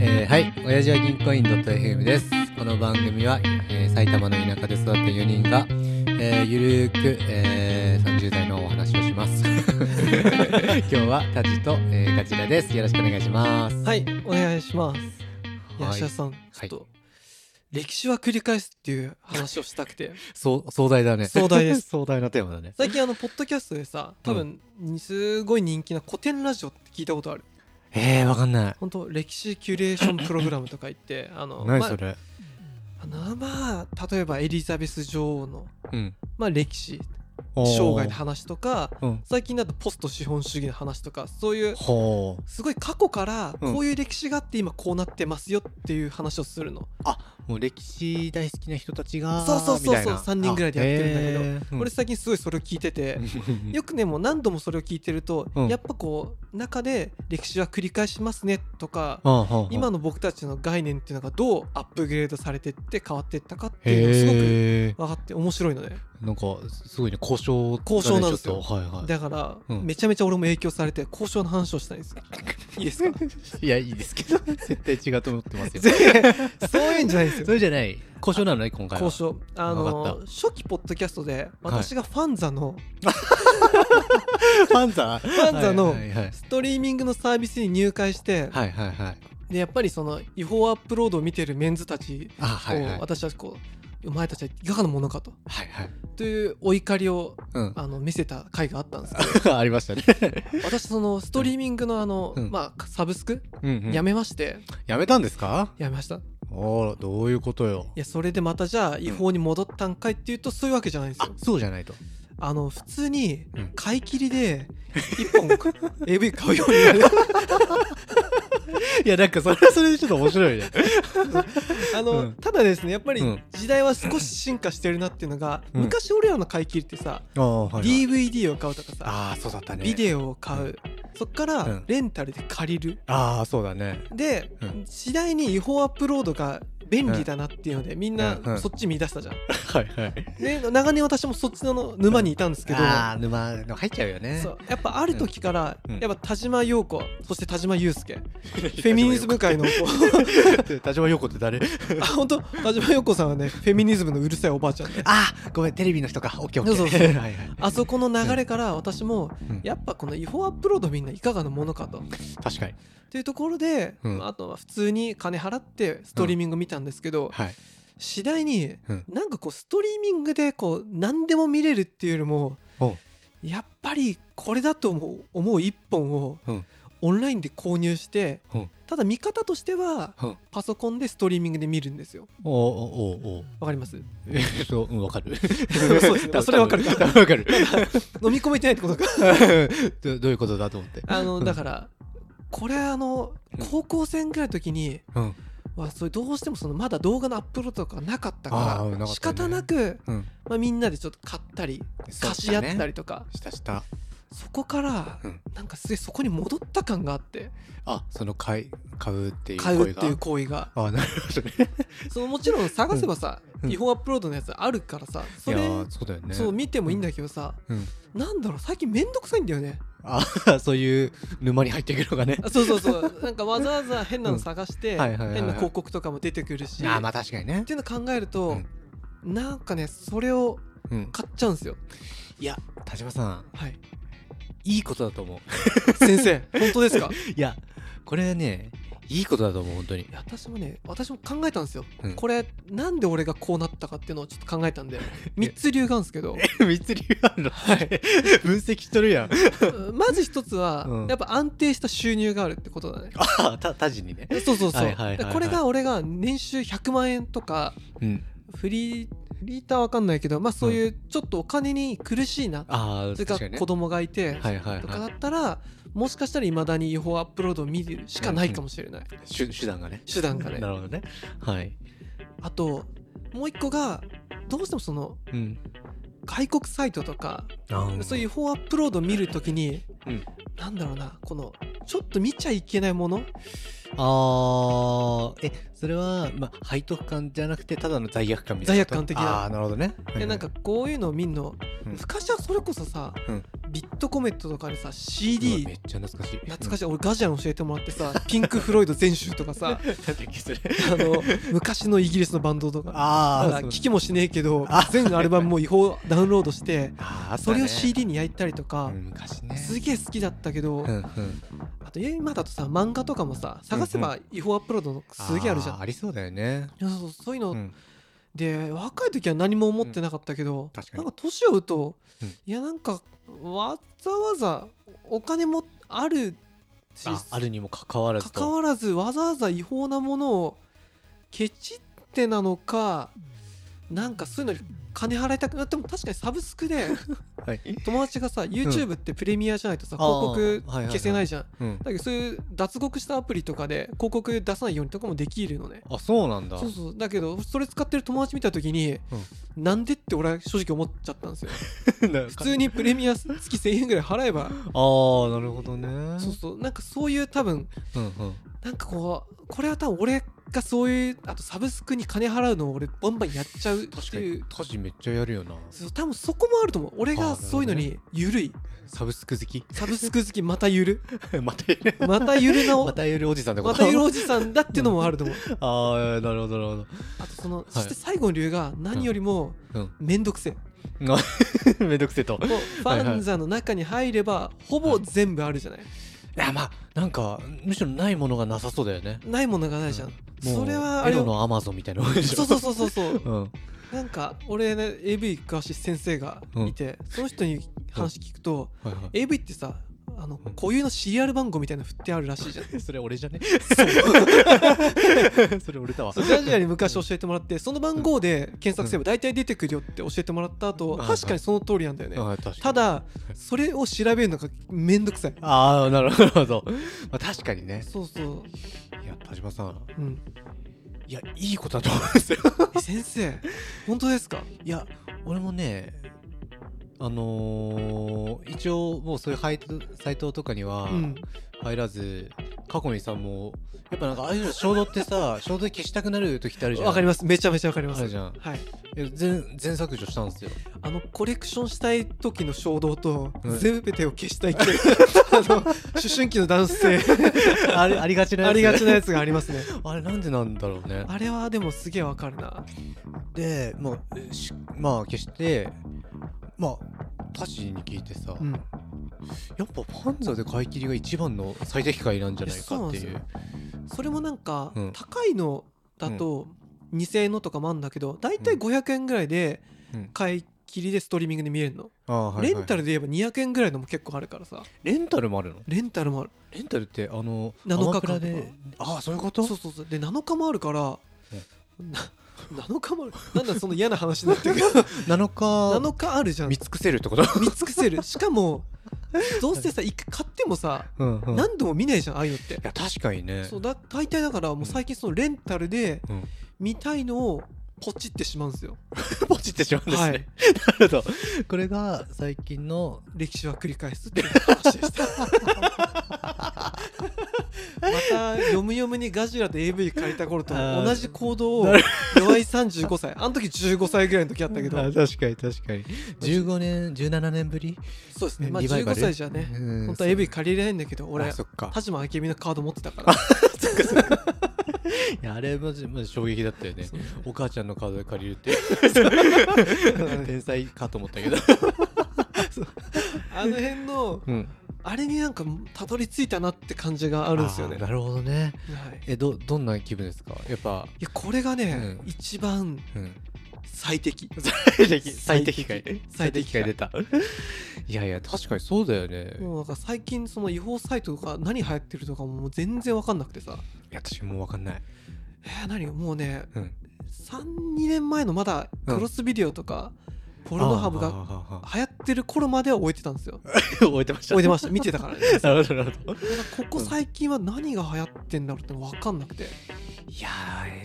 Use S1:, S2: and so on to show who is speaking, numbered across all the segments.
S1: えーはい、親父は銀行員 .fm です。この番組は、えー埼玉の田舎で育った4人が、えーゆるーく、えー30代のお話をします。 今日はタジと、えーガチラです。よろしくお願いします。
S2: はい、お願いします。ヤシャさん、ちょっと、歴史は繰り返すっていう話をしたく て。
S1: そう壮大だね。
S2: 壮大です
S1: 壮大なテーマだね。
S2: 最近あの、ポッドキャストでさ、多分、すごい人気な古典ラジオって聞いたことある。
S1: えー、わかんない。
S2: 本当歴史キュレーションプログラムとか 言って、あの、
S1: 何
S2: まあ
S1: それ、
S2: あのまあ、例えばエリザベス女王の、
S1: うん。
S2: まあ、歴史、
S1: おー
S2: 生涯の話とか、
S1: うん。
S2: 最近だとポスト資本主義の話とか、そういう、
S1: ほう。
S2: すごい過去から、
S1: うん
S2: こういう歴史があって今こうなってますよっていう話をするの。
S1: もう歴史大好きな人たちが、
S2: そうそうそうそ
S1: み
S2: う
S1: たいな
S2: 三人ぐらいでやってるんだけど
S1: あえーうん
S2: 俺最近すごいそれを聞いてて、
S1: うん
S2: よくねもう何度もそれを聞いてると、
S1: うん
S2: やっぱこう中で歴史は繰り返しますねとか、
S1: ああああ
S2: 今の僕たちの概念っていうのがどうアップグレードされてって変わっていったかっていうのがすごく
S1: へえ
S2: 分かって面白いのね
S1: なんかすごいね交渉がね
S2: 交渉なんですよ
S1: ちょっとはいは
S2: だから、
S1: うん
S2: めちゃめちゃ俺も影響されて交渉の話をしたいん ですよいいですか
S1: いいやいいですけ ど絶対違うと思ってますよ
S2: そういうんじゃないんです
S1: そ
S2: よ
S1: れじゃない交渉なのね今回は
S2: 交渉あ
S1: わ
S2: の
S1: か
S2: 初期ポッドキャストで私がファンザの、
S1: ファンザフ
S2: ァンザの
S1: はいはい
S2: ストリーミングのサービスに入会して、
S1: はいはいはい
S2: でやっぱりその違法アップロードを見てるメンズたち
S1: あはいはい
S2: を私はこうお前たちはいかがなものかと
S1: はいはい
S2: というお怒りを
S1: うん
S2: あの見せた回があったんですけ
S1: ありましたね
S2: ど私そのストリーミングのあの、
S1: うん
S2: まあ、サブスク、
S1: うんうん
S2: やめまして
S1: やめたんですか
S2: やめましたい
S1: おらどういうことよ
S2: やそれでまたじゃあ違法に戻ったんかいっていうとそういうわけじゃないんです
S1: あ
S2: よ
S1: そうじゃないと
S2: あの普通に
S1: うん
S2: 買い切 りで1本 AV 買うようになる
S1: いやなんかそれはそれでちょっと面白いね
S2: あの、
S1: うん
S2: ただですねやっぱり
S1: うん
S2: 時代は少し進化してるなっていうのが、
S1: うん
S2: 昔俺らの買い切りってさ、
S1: ああはいはい
S2: DVD を買うとかさ
S1: あーそうだったね
S2: ビデオを買う、そっか
S1: う
S2: ら
S1: ん
S2: レンタルで借りる、
S1: ああそうだね
S2: で、
S1: うん
S2: 次第に違法アップロードが便利だなっていうので、みんな
S1: うん
S2: そっち見出したじゃん、
S1: はいはい
S2: で長年私もそっちの沼にいたんですけど、
S1: ああ沼の入っちゃうよね
S2: そうやっぱある時から、
S1: うん
S2: やっぱ田島陽子そして田島祐介、フェミニズム界のこ う
S1: 田島陽子って誰
S2: あ本当田島陽子さんはねフェミニズムのうるさいおばあちゃんで
S1: あごめんテレビの人かオッケーオッケー
S2: そうそうそう
S1: はいはい
S2: あそこの流れから私も、
S1: うん
S2: やっぱこの違法アップロードみんないかがなものかと
S1: 確かに
S2: というところで、
S1: うん
S2: あとは普通に金払ってストリーミング見たんですけど、
S1: はい
S2: 次第に
S1: うん
S2: なんかこうストリーミングでこう何でも見れるっていうよりも
S1: お
S2: やっぱりこれだと思う思う一本を
S1: うん
S2: オンラインで購入して
S1: うん
S2: ただ見方としては
S1: うん
S2: パソコンでストリーミングで見るんですよ
S1: おおおお
S2: わかります
S1: えっとうんわかる
S2: そうですねまあそれはわかるか
S1: 多分わかる
S2: 飲み込めてないってことか
S1: ど どういう ことだと思って
S2: あのだからこれあの
S1: うん
S2: 高校生ぐらいの時に
S1: うん
S2: はそれどうしてもそのまだ動画のアップロードとかなかった
S1: あーなからっ
S2: か
S1: たね
S2: 仕方なく、
S1: うん
S2: まあ、みんなでちょっと買ったり貸し合ったりとか
S1: したした
S2: そこから
S1: うん
S2: なんかすげえそこに戻った感があって
S1: あその買い買うっていう
S2: 買
S1: 声
S2: うっ
S1: が
S2: ていう行為が
S1: あなるほどね
S2: そのもちろん探せばさ
S1: うん
S2: 違法アップロードのやつあるからさそ
S1: い
S2: れ
S1: やーそうだよね
S2: そう見てもいいんだけどさ
S1: うん
S2: なんだろう最近めんどくさいんだよね
S1: あ そういう沼に入っていくのがね
S2: あそうそうそう なんかわざわざ変なの探して
S1: うんはいはいはいはい
S2: 変な広告とかも出てくるし
S1: あーまあ
S2: っ
S1: 確かにね
S2: ていうの考えるとなんかねそれを
S1: うん
S2: 買っちゃうんですよ
S1: いや田島さん
S2: はい
S1: いいことだと思う
S2: 先 生本当ですか
S1: いやこれねいいことだと思う本 当に
S2: いや私もね私も考えたんですよ、
S1: うん
S2: これなんで俺がこうなったかっていうのをちょっと考えたんで3つ理由があるんですけど
S1: 三つ理由あるの、 分析しとるやん
S2: うんまず一つは、
S1: うん
S2: やっぱ安定した収入があるってことだね
S1: ああた他人にね
S2: そうそうそ
S1: は
S2: う、
S1: いはいはいはい
S2: でこれが俺が年収100万円とか
S1: うん
S2: フリーフリーターわかんないけどまあそういうちょっとお金に苦しいな、
S1: ああ
S2: それ
S1: 確
S2: か
S1: からにね
S2: 子供がいて、
S1: はいはい
S2: とかだ
S1: は
S2: ったらもしかしたらいまだに違法アップロードを見るしかないかもしれない、
S1: い手手段がね
S2: 手段がね
S1: なるほどねはい
S2: あともう一個がどうしてもその
S1: うん
S2: 外国サイトとか
S1: ああ
S2: そういう違法アップロードを見るときに、
S1: うん
S2: なんだろうなこのちょっと見ちゃいけないもの
S1: あーえそれはまあ背徳感じゃなくてただの罪悪感みたいなこと
S2: 罪悪感的な
S1: ああなるほどね
S2: でなんかこういうのを見んの、
S1: うん
S2: 昔はそれこそさ、
S1: うん
S2: ビットコメットとかでさ
S1: う
S2: CD
S1: わめっちゃ懐かしい
S2: 懐かし
S1: い
S2: い、俺ガジャン教えてもらって さピンク・フロイド全集とか さ
S3: だっけそれ
S2: あの昔のイギリスのバンドとか
S3: あ
S2: あ
S3: ー
S2: 聞きもしねえけど
S3: あ
S2: 全アルバムも違法ダウンロードして
S3: あーあった
S2: そ
S3: ね
S2: れを CD に焼いたりと
S1: う
S2: か
S1: ん昔ね
S2: すげえ好きだったけど
S1: うんうん
S2: あと今だとさ漫画とかもさ探せば違法アップロードのすげえあるじゃん
S1: ーありそうだよね
S2: いやそうそういうの、
S1: うん
S2: で若い時は何も思ってなかったけど、
S1: 確か
S2: な
S1: に
S2: んか年を追うと、
S1: うん
S2: いやなんかわざわざお金もあるし
S1: ああるにもかかわらずと
S2: 関わらずわざわざ違法なものをケチってなのかなんかそういうのに金払いたくなっても確かにサブス クで
S1: はい
S2: 友達がさ YouTube ってプレミアじゃないとさ、
S1: あー
S2: 広
S1: はいはいは
S2: 告
S1: い
S2: 消せないじゃん、
S1: うん
S2: だけどそういう脱獄したアプリとかで広告出さないようにとかもできるのね
S1: あそうなんだ
S2: そうそうだけどそれ使ってる友達見た時に、なんでって俺は正直思っちゃったんですよ
S1: 普
S2: 普通にプレミア月1000円ぐらい払えば
S1: ああなるほどね
S2: そうそうなんかそういう多分
S1: うんうん
S2: なんかこうこれは多分俺がそういうあとサブスクに金払うのを俺バンバンやっちゃうっ
S1: 確
S2: て
S1: か
S2: い
S1: に
S2: う
S1: 家事めっちゃやるよな
S2: そう多分そこもあると思う俺
S1: あ
S2: が
S1: ー
S2: そういうのに緩い
S1: サブスク好き
S2: サブスク好きまたゆる
S1: またやる
S2: またゆるな
S1: またやるおじさんってこ
S2: ま
S1: と
S2: たゆるおじさんだっていうのもあると思う
S1: ああなるほどなるほ
S2: あとそのそして最後の理由が何よりも
S1: うん
S2: めんどくせえ
S1: ど めんどくせえと
S2: もうファンザの中に入ればほぼ全部あるじゃない、
S1: いやまあなんかむしろないものがなさそうだよね
S2: ないものがないじゃん、
S1: もう
S2: それはあ
S1: エ
S2: れ
S1: ロ
S2: を
S1: のアマゾンみたいなもんでし
S2: そ
S1: ょ
S2: うそうそうそうそう
S1: うん
S2: なんか俺ね AV 詳しい先生がいて、その人に話聞くと、
S1: はいは
S2: AV ってさあの
S1: うん
S2: 固有のシリアル番号みたいなの振ってあるら しいじゃん
S1: いそれ俺じゃね それ俺だわ
S2: そうジャージアに昔教えてもらってその番号で検索すれば大体出てくるよって教えてもらった
S1: う
S2: 後、
S1: ん
S2: 確かにその通りなんだよね、
S1: あー確かに
S2: ただそれを調べるのがめんどくさい
S1: ああなるほど、まあ、確かにね
S2: そうそう、
S1: いや田島さん
S2: うん、
S1: いやいいことだと思うんですよ
S2: え先生本当ですか
S1: いや俺もねあのー一応もうそういう配サイトとかには
S2: うん
S1: 入らず、過去にさもうやっぱなんかああいうの衝動ってさ 衝動で消したくなる時ってあるじゃん
S2: わかり
S1: ま
S2: ますめちゃめちゃわかります
S1: あるじゃん
S2: はい
S1: 全全削除したんですよ
S2: あのコレクションしたい時の衝動と、
S1: うん
S2: 全部手を消したいっていうあの思春期の男性
S1: あれありがち
S2: ありがちなやつがありますね
S1: あれなんでなんだろうね
S2: あれはでもすげえわかるな
S1: でまあしまあ消してまあタジに聞いてさ、
S2: うん
S1: やっぱパンザで買い切りが一番の最適解なんじゃないかってい
S2: えそう
S1: う
S2: なそれもなんか、
S1: うん
S2: 高いのだと2000円のとかもあるんだけど大体
S1: うん
S2: 500円ぐらいで
S1: うん
S2: 買い切りでストリーミングで見れるの、
S1: ああはいはい
S2: レンタルで言えば200円ぐらいのも結構あるからさ
S1: レンタルもあるの
S2: レンタルもある
S1: レンタルってあの
S2: 7日間
S1: アマプラでああそういうこと
S2: そうそうそうで7日もあるから、な7日もあるなんだその嫌な話になってるけど
S1: 7日
S2: 7日あるじゃん
S1: 見尽くせるってこと
S2: 見尽くせるし かもどうせさ一回買ってもさ
S1: うん、うん、い
S2: 何度も見ないじゃんああいうのって
S1: や確かにね
S2: そうだ大体だからもう最近そのレンタルで
S1: うん
S2: 見たいのをポチってしまうんですよ、
S1: ポチってしまうんですね、
S2: は
S1: ないるほどこれが最近の
S2: 歴史は繰り返す っていう話でしたまた読む読むにガジラと AV 借りた頃と同じ行動を
S1: なる
S2: 弱い35歳あの時15歳ぐらいの時あったけど
S1: あ確かに確かに15年17年ぶり
S2: そうですねまあ
S1: リバイバ
S2: 15
S1: ル
S2: 歳じゃね
S1: うん
S2: 本当は AV 借りれないんだけど俺
S1: あそっか
S2: 田島明美のカード持ってたから
S1: いやあれマジマジ衝撃だったよね
S2: そう
S1: お母ちゃんのカードで借りるって 天才かと思ったけど
S2: あの辺の
S1: うん
S2: あれになんかたどり着いたなって感じがあ
S1: あ
S2: るんですよね。
S1: ーな
S2: はい、
S1: るほどね
S2: い
S1: えどどんな気分ですかやっぱ、
S2: やこれがね、
S1: うん
S2: 一番
S1: うん、
S2: 最適。
S1: 最適
S2: 最
S1: 最
S2: 適
S1: 適
S2: 解
S1: 解
S2: 最適解
S1: 出たいやいや確かにそうだよね、い
S2: も
S1: う
S2: なんか最近その違法サイトとか何流行ってるとかももう全然わかんなくてさ。
S1: や私もう分かんない、
S2: えー、何もうね
S1: うん、
S2: 32年前のまだクロスビデオとか、ポ
S1: ポ
S2: ルノハブが
S1: が
S2: 流行ってる頃までは置いてたんですよ。
S1: 置いてました
S2: 置いてました見て たからね。だか
S1: なるほどなるほど
S2: らここ最近は何が流行ってんだろうってわかんなくて。
S1: いや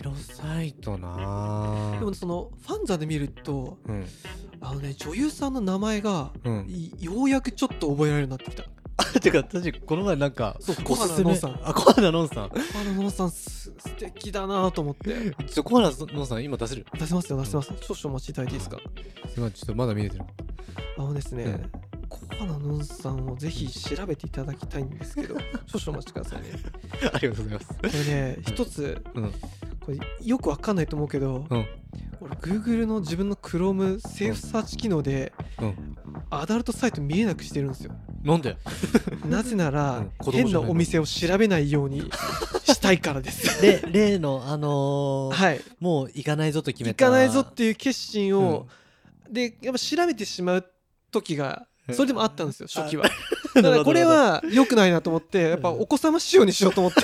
S1: ーエロサイトなー
S2: でもそのファンザで見ると
S1: うん
S2: あのね女優さんの名前が
S1: うん
S2: いようやくちょっと覚えられるようになってきた。
S1: てか私この前なんか
S2: そう、
S1: お
S2: 小
S1: す
S2: 原
S1: す
S2: の
S1: め
S2: んさん。
S1: あコアナノンさん
S2: 小原のんさん、す素敵だなと思って。
S1: ちょコアナノンさん今出せる
S2: 出せますよ、出せます。少々お待ちいただいていいですか。
S1: すいませんちょっとまだ見れてる
S2: あのですね、
S1: うん
S2: 小パナノンさんをぜひ調べていただきたいんです けど少々お待ちくださいね こ
S1: ありがとうございます。
S2: れね一つ、
S1: うん
S2: これよくわかんないと思うけど、
S1: うん
S2: 俺 Google の自分の Chrome セーフサーチ機能で、
S1: うん
S2: アダルトサイト見えなくしてるんですよ
S1: なん で
S2: なぜなら、
S1: うん子供じゃない
S2: 変なお店を調べないようにしたいから です
S1: で例のあのー
S2: はい
S1: もう行かないぞと決め
S2: 行
S1: た
S2: かないぞっていう決心を、でやっぱ調べてしまう時がそれでもあったんですよ初 期は
S1: うん
S2: だからこれは良くないなと思ってやっぱお子様仕様にしようと 思って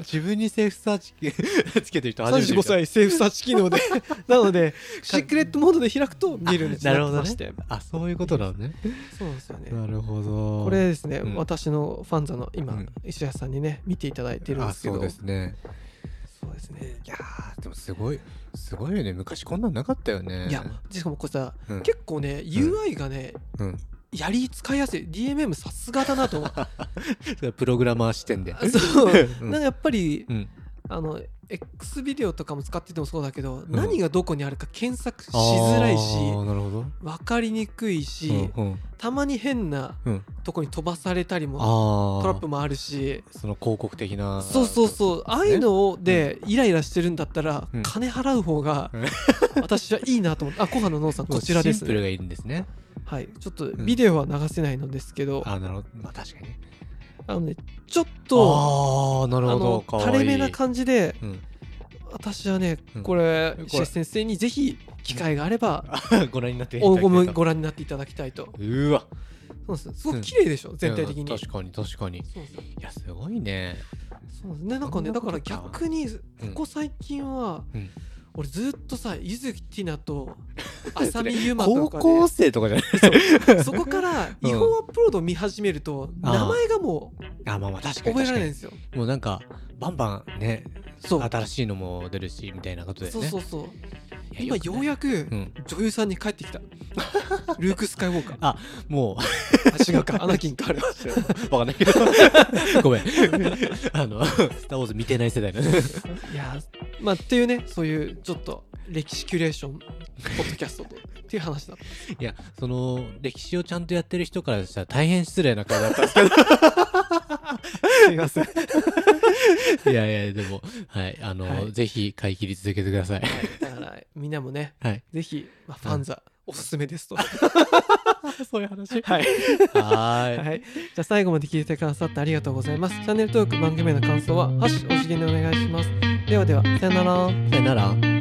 S1: 自分にセーフサーチ つけてる人初めて見
S2: 35
S1: た
S2: 歳セーフサーチ機 能でなのでシークレットモードで開くと見るんです
S1: なるほどね
S2: て
S1: あそういうことなのね
S2: そうなんですよね
S1: なるほど
S2: これですね、
S1: うん
S2: 私のファンザの今、
S1: うん
S2: 石橋さんにね見ていただいてるんですけど
S1: あそうですね
S2: そうですね
S1: いやーでもすごいすごいよね昔こんなんなかったよね
S2: いやしかもこれさ、
S1: うん
S2: 結構ね UI がね、
S1: うん
S2: やり使いやすい DMM さすがだなと思った
S1: それはプログラマー視点で
S2: そう
S1: うん
S2: なんかやっぱり、
S1: うん
S2: あの X ビデオとかも使っててもそうだけど、
S1: ん
S2: 何がどこにあるか検索しづらいし
S1: あーなるほど
S2: 分かりにくいし、
S1: うんうん
S2: たまに変な
S1: うん
S2: とこに飛ばされたりも
S1: ああ
S2: トラップもあるし
S1: その広告的な
S2: そうそうそうああいうのをでイライラしてるんだったら、
S1: うん
S2: 金払う方が
S1: うん
S2: 私はいいなと思ってあ小花のノンさんこちらです
S1: シンプル
S2: ね
S1: がいるんですね
S2: はいちょっとビデオは流せないのですけど、
S1: あーなるほどまあ確かに
S2: あのねちょっと
S1: ああなる
S2: あ
S1: ほど
S2: の
S1: かわいい
S2: 垂れ目な感じで
S1: うん
S2: 私はね
S1: うん
S2: これ
S1: これ
S2: 石橋先生にぜひ機会があれば
S1: ご覧になっていただ
S2: 大
S1: けた
S2: ごめんご覧になっていただきたいと
S1: うわ
S2: そうですすごく綺麗でしょ全体的
S1: い
S2: に
S1: や
S2: そう
S1: 確かに確かにい
S2: です
S1: やすごいね
S2: そうですねなんかねだから逆にここ最近は、
S1: うん
S2: 俺ずっとさ柚木ティナと 浅見ゆまと
S1: 高
S2: か
S1: 校生とかじゃない
S2: でそこから違法アップロードを見始めると、
S1: あー
S2: 名前がもう
S1: あまあまあ確かに
S2: 覚え
S1: 確
S2: ら
S1: か
S2: れないん
S1: に
S2: ですよ
S1: もうなんかバンバンね
S2: そう
S1: 新しいのも出るしみたいなことでね
S2: そうそうそう
S1: いや
S2: 今
S1: く
S2: よ
S1: ないう
S2: やく
S1: うん
S2: 女優さんに帰ってきたルーク・スカイウォーカー
S1: も
S2: あ 違うかアナキンかあ れは
S1: うわかんないけど ごめんあの「スター・ウォーズ」見てない世代の
S2: いやーまあっていうねそういうちょっと歴史キュレーションポッドキャストとっていう話だった
S1: いやその歴史をちゃんとやってる人からしたら大変失礼な顔だったんですけど
S2: すいません
S1: いやいや、でも、はい、あの、
S2: はい
S1: ぜひ買い切り続けてください。
S2: だからみんなもね
S1: はい。
S2: ぜひ、まあ、ファンザおすすめですと
S1: そういう話
S2: は
S1: は
S2: い
S1: ーい。
S2: はい、じゃあ最後まで聞いてくださってありがとうございますチャンネル登録番組への感想は「ハッシュおしげ」でお願いしますではではさよなら
S1: さよなら。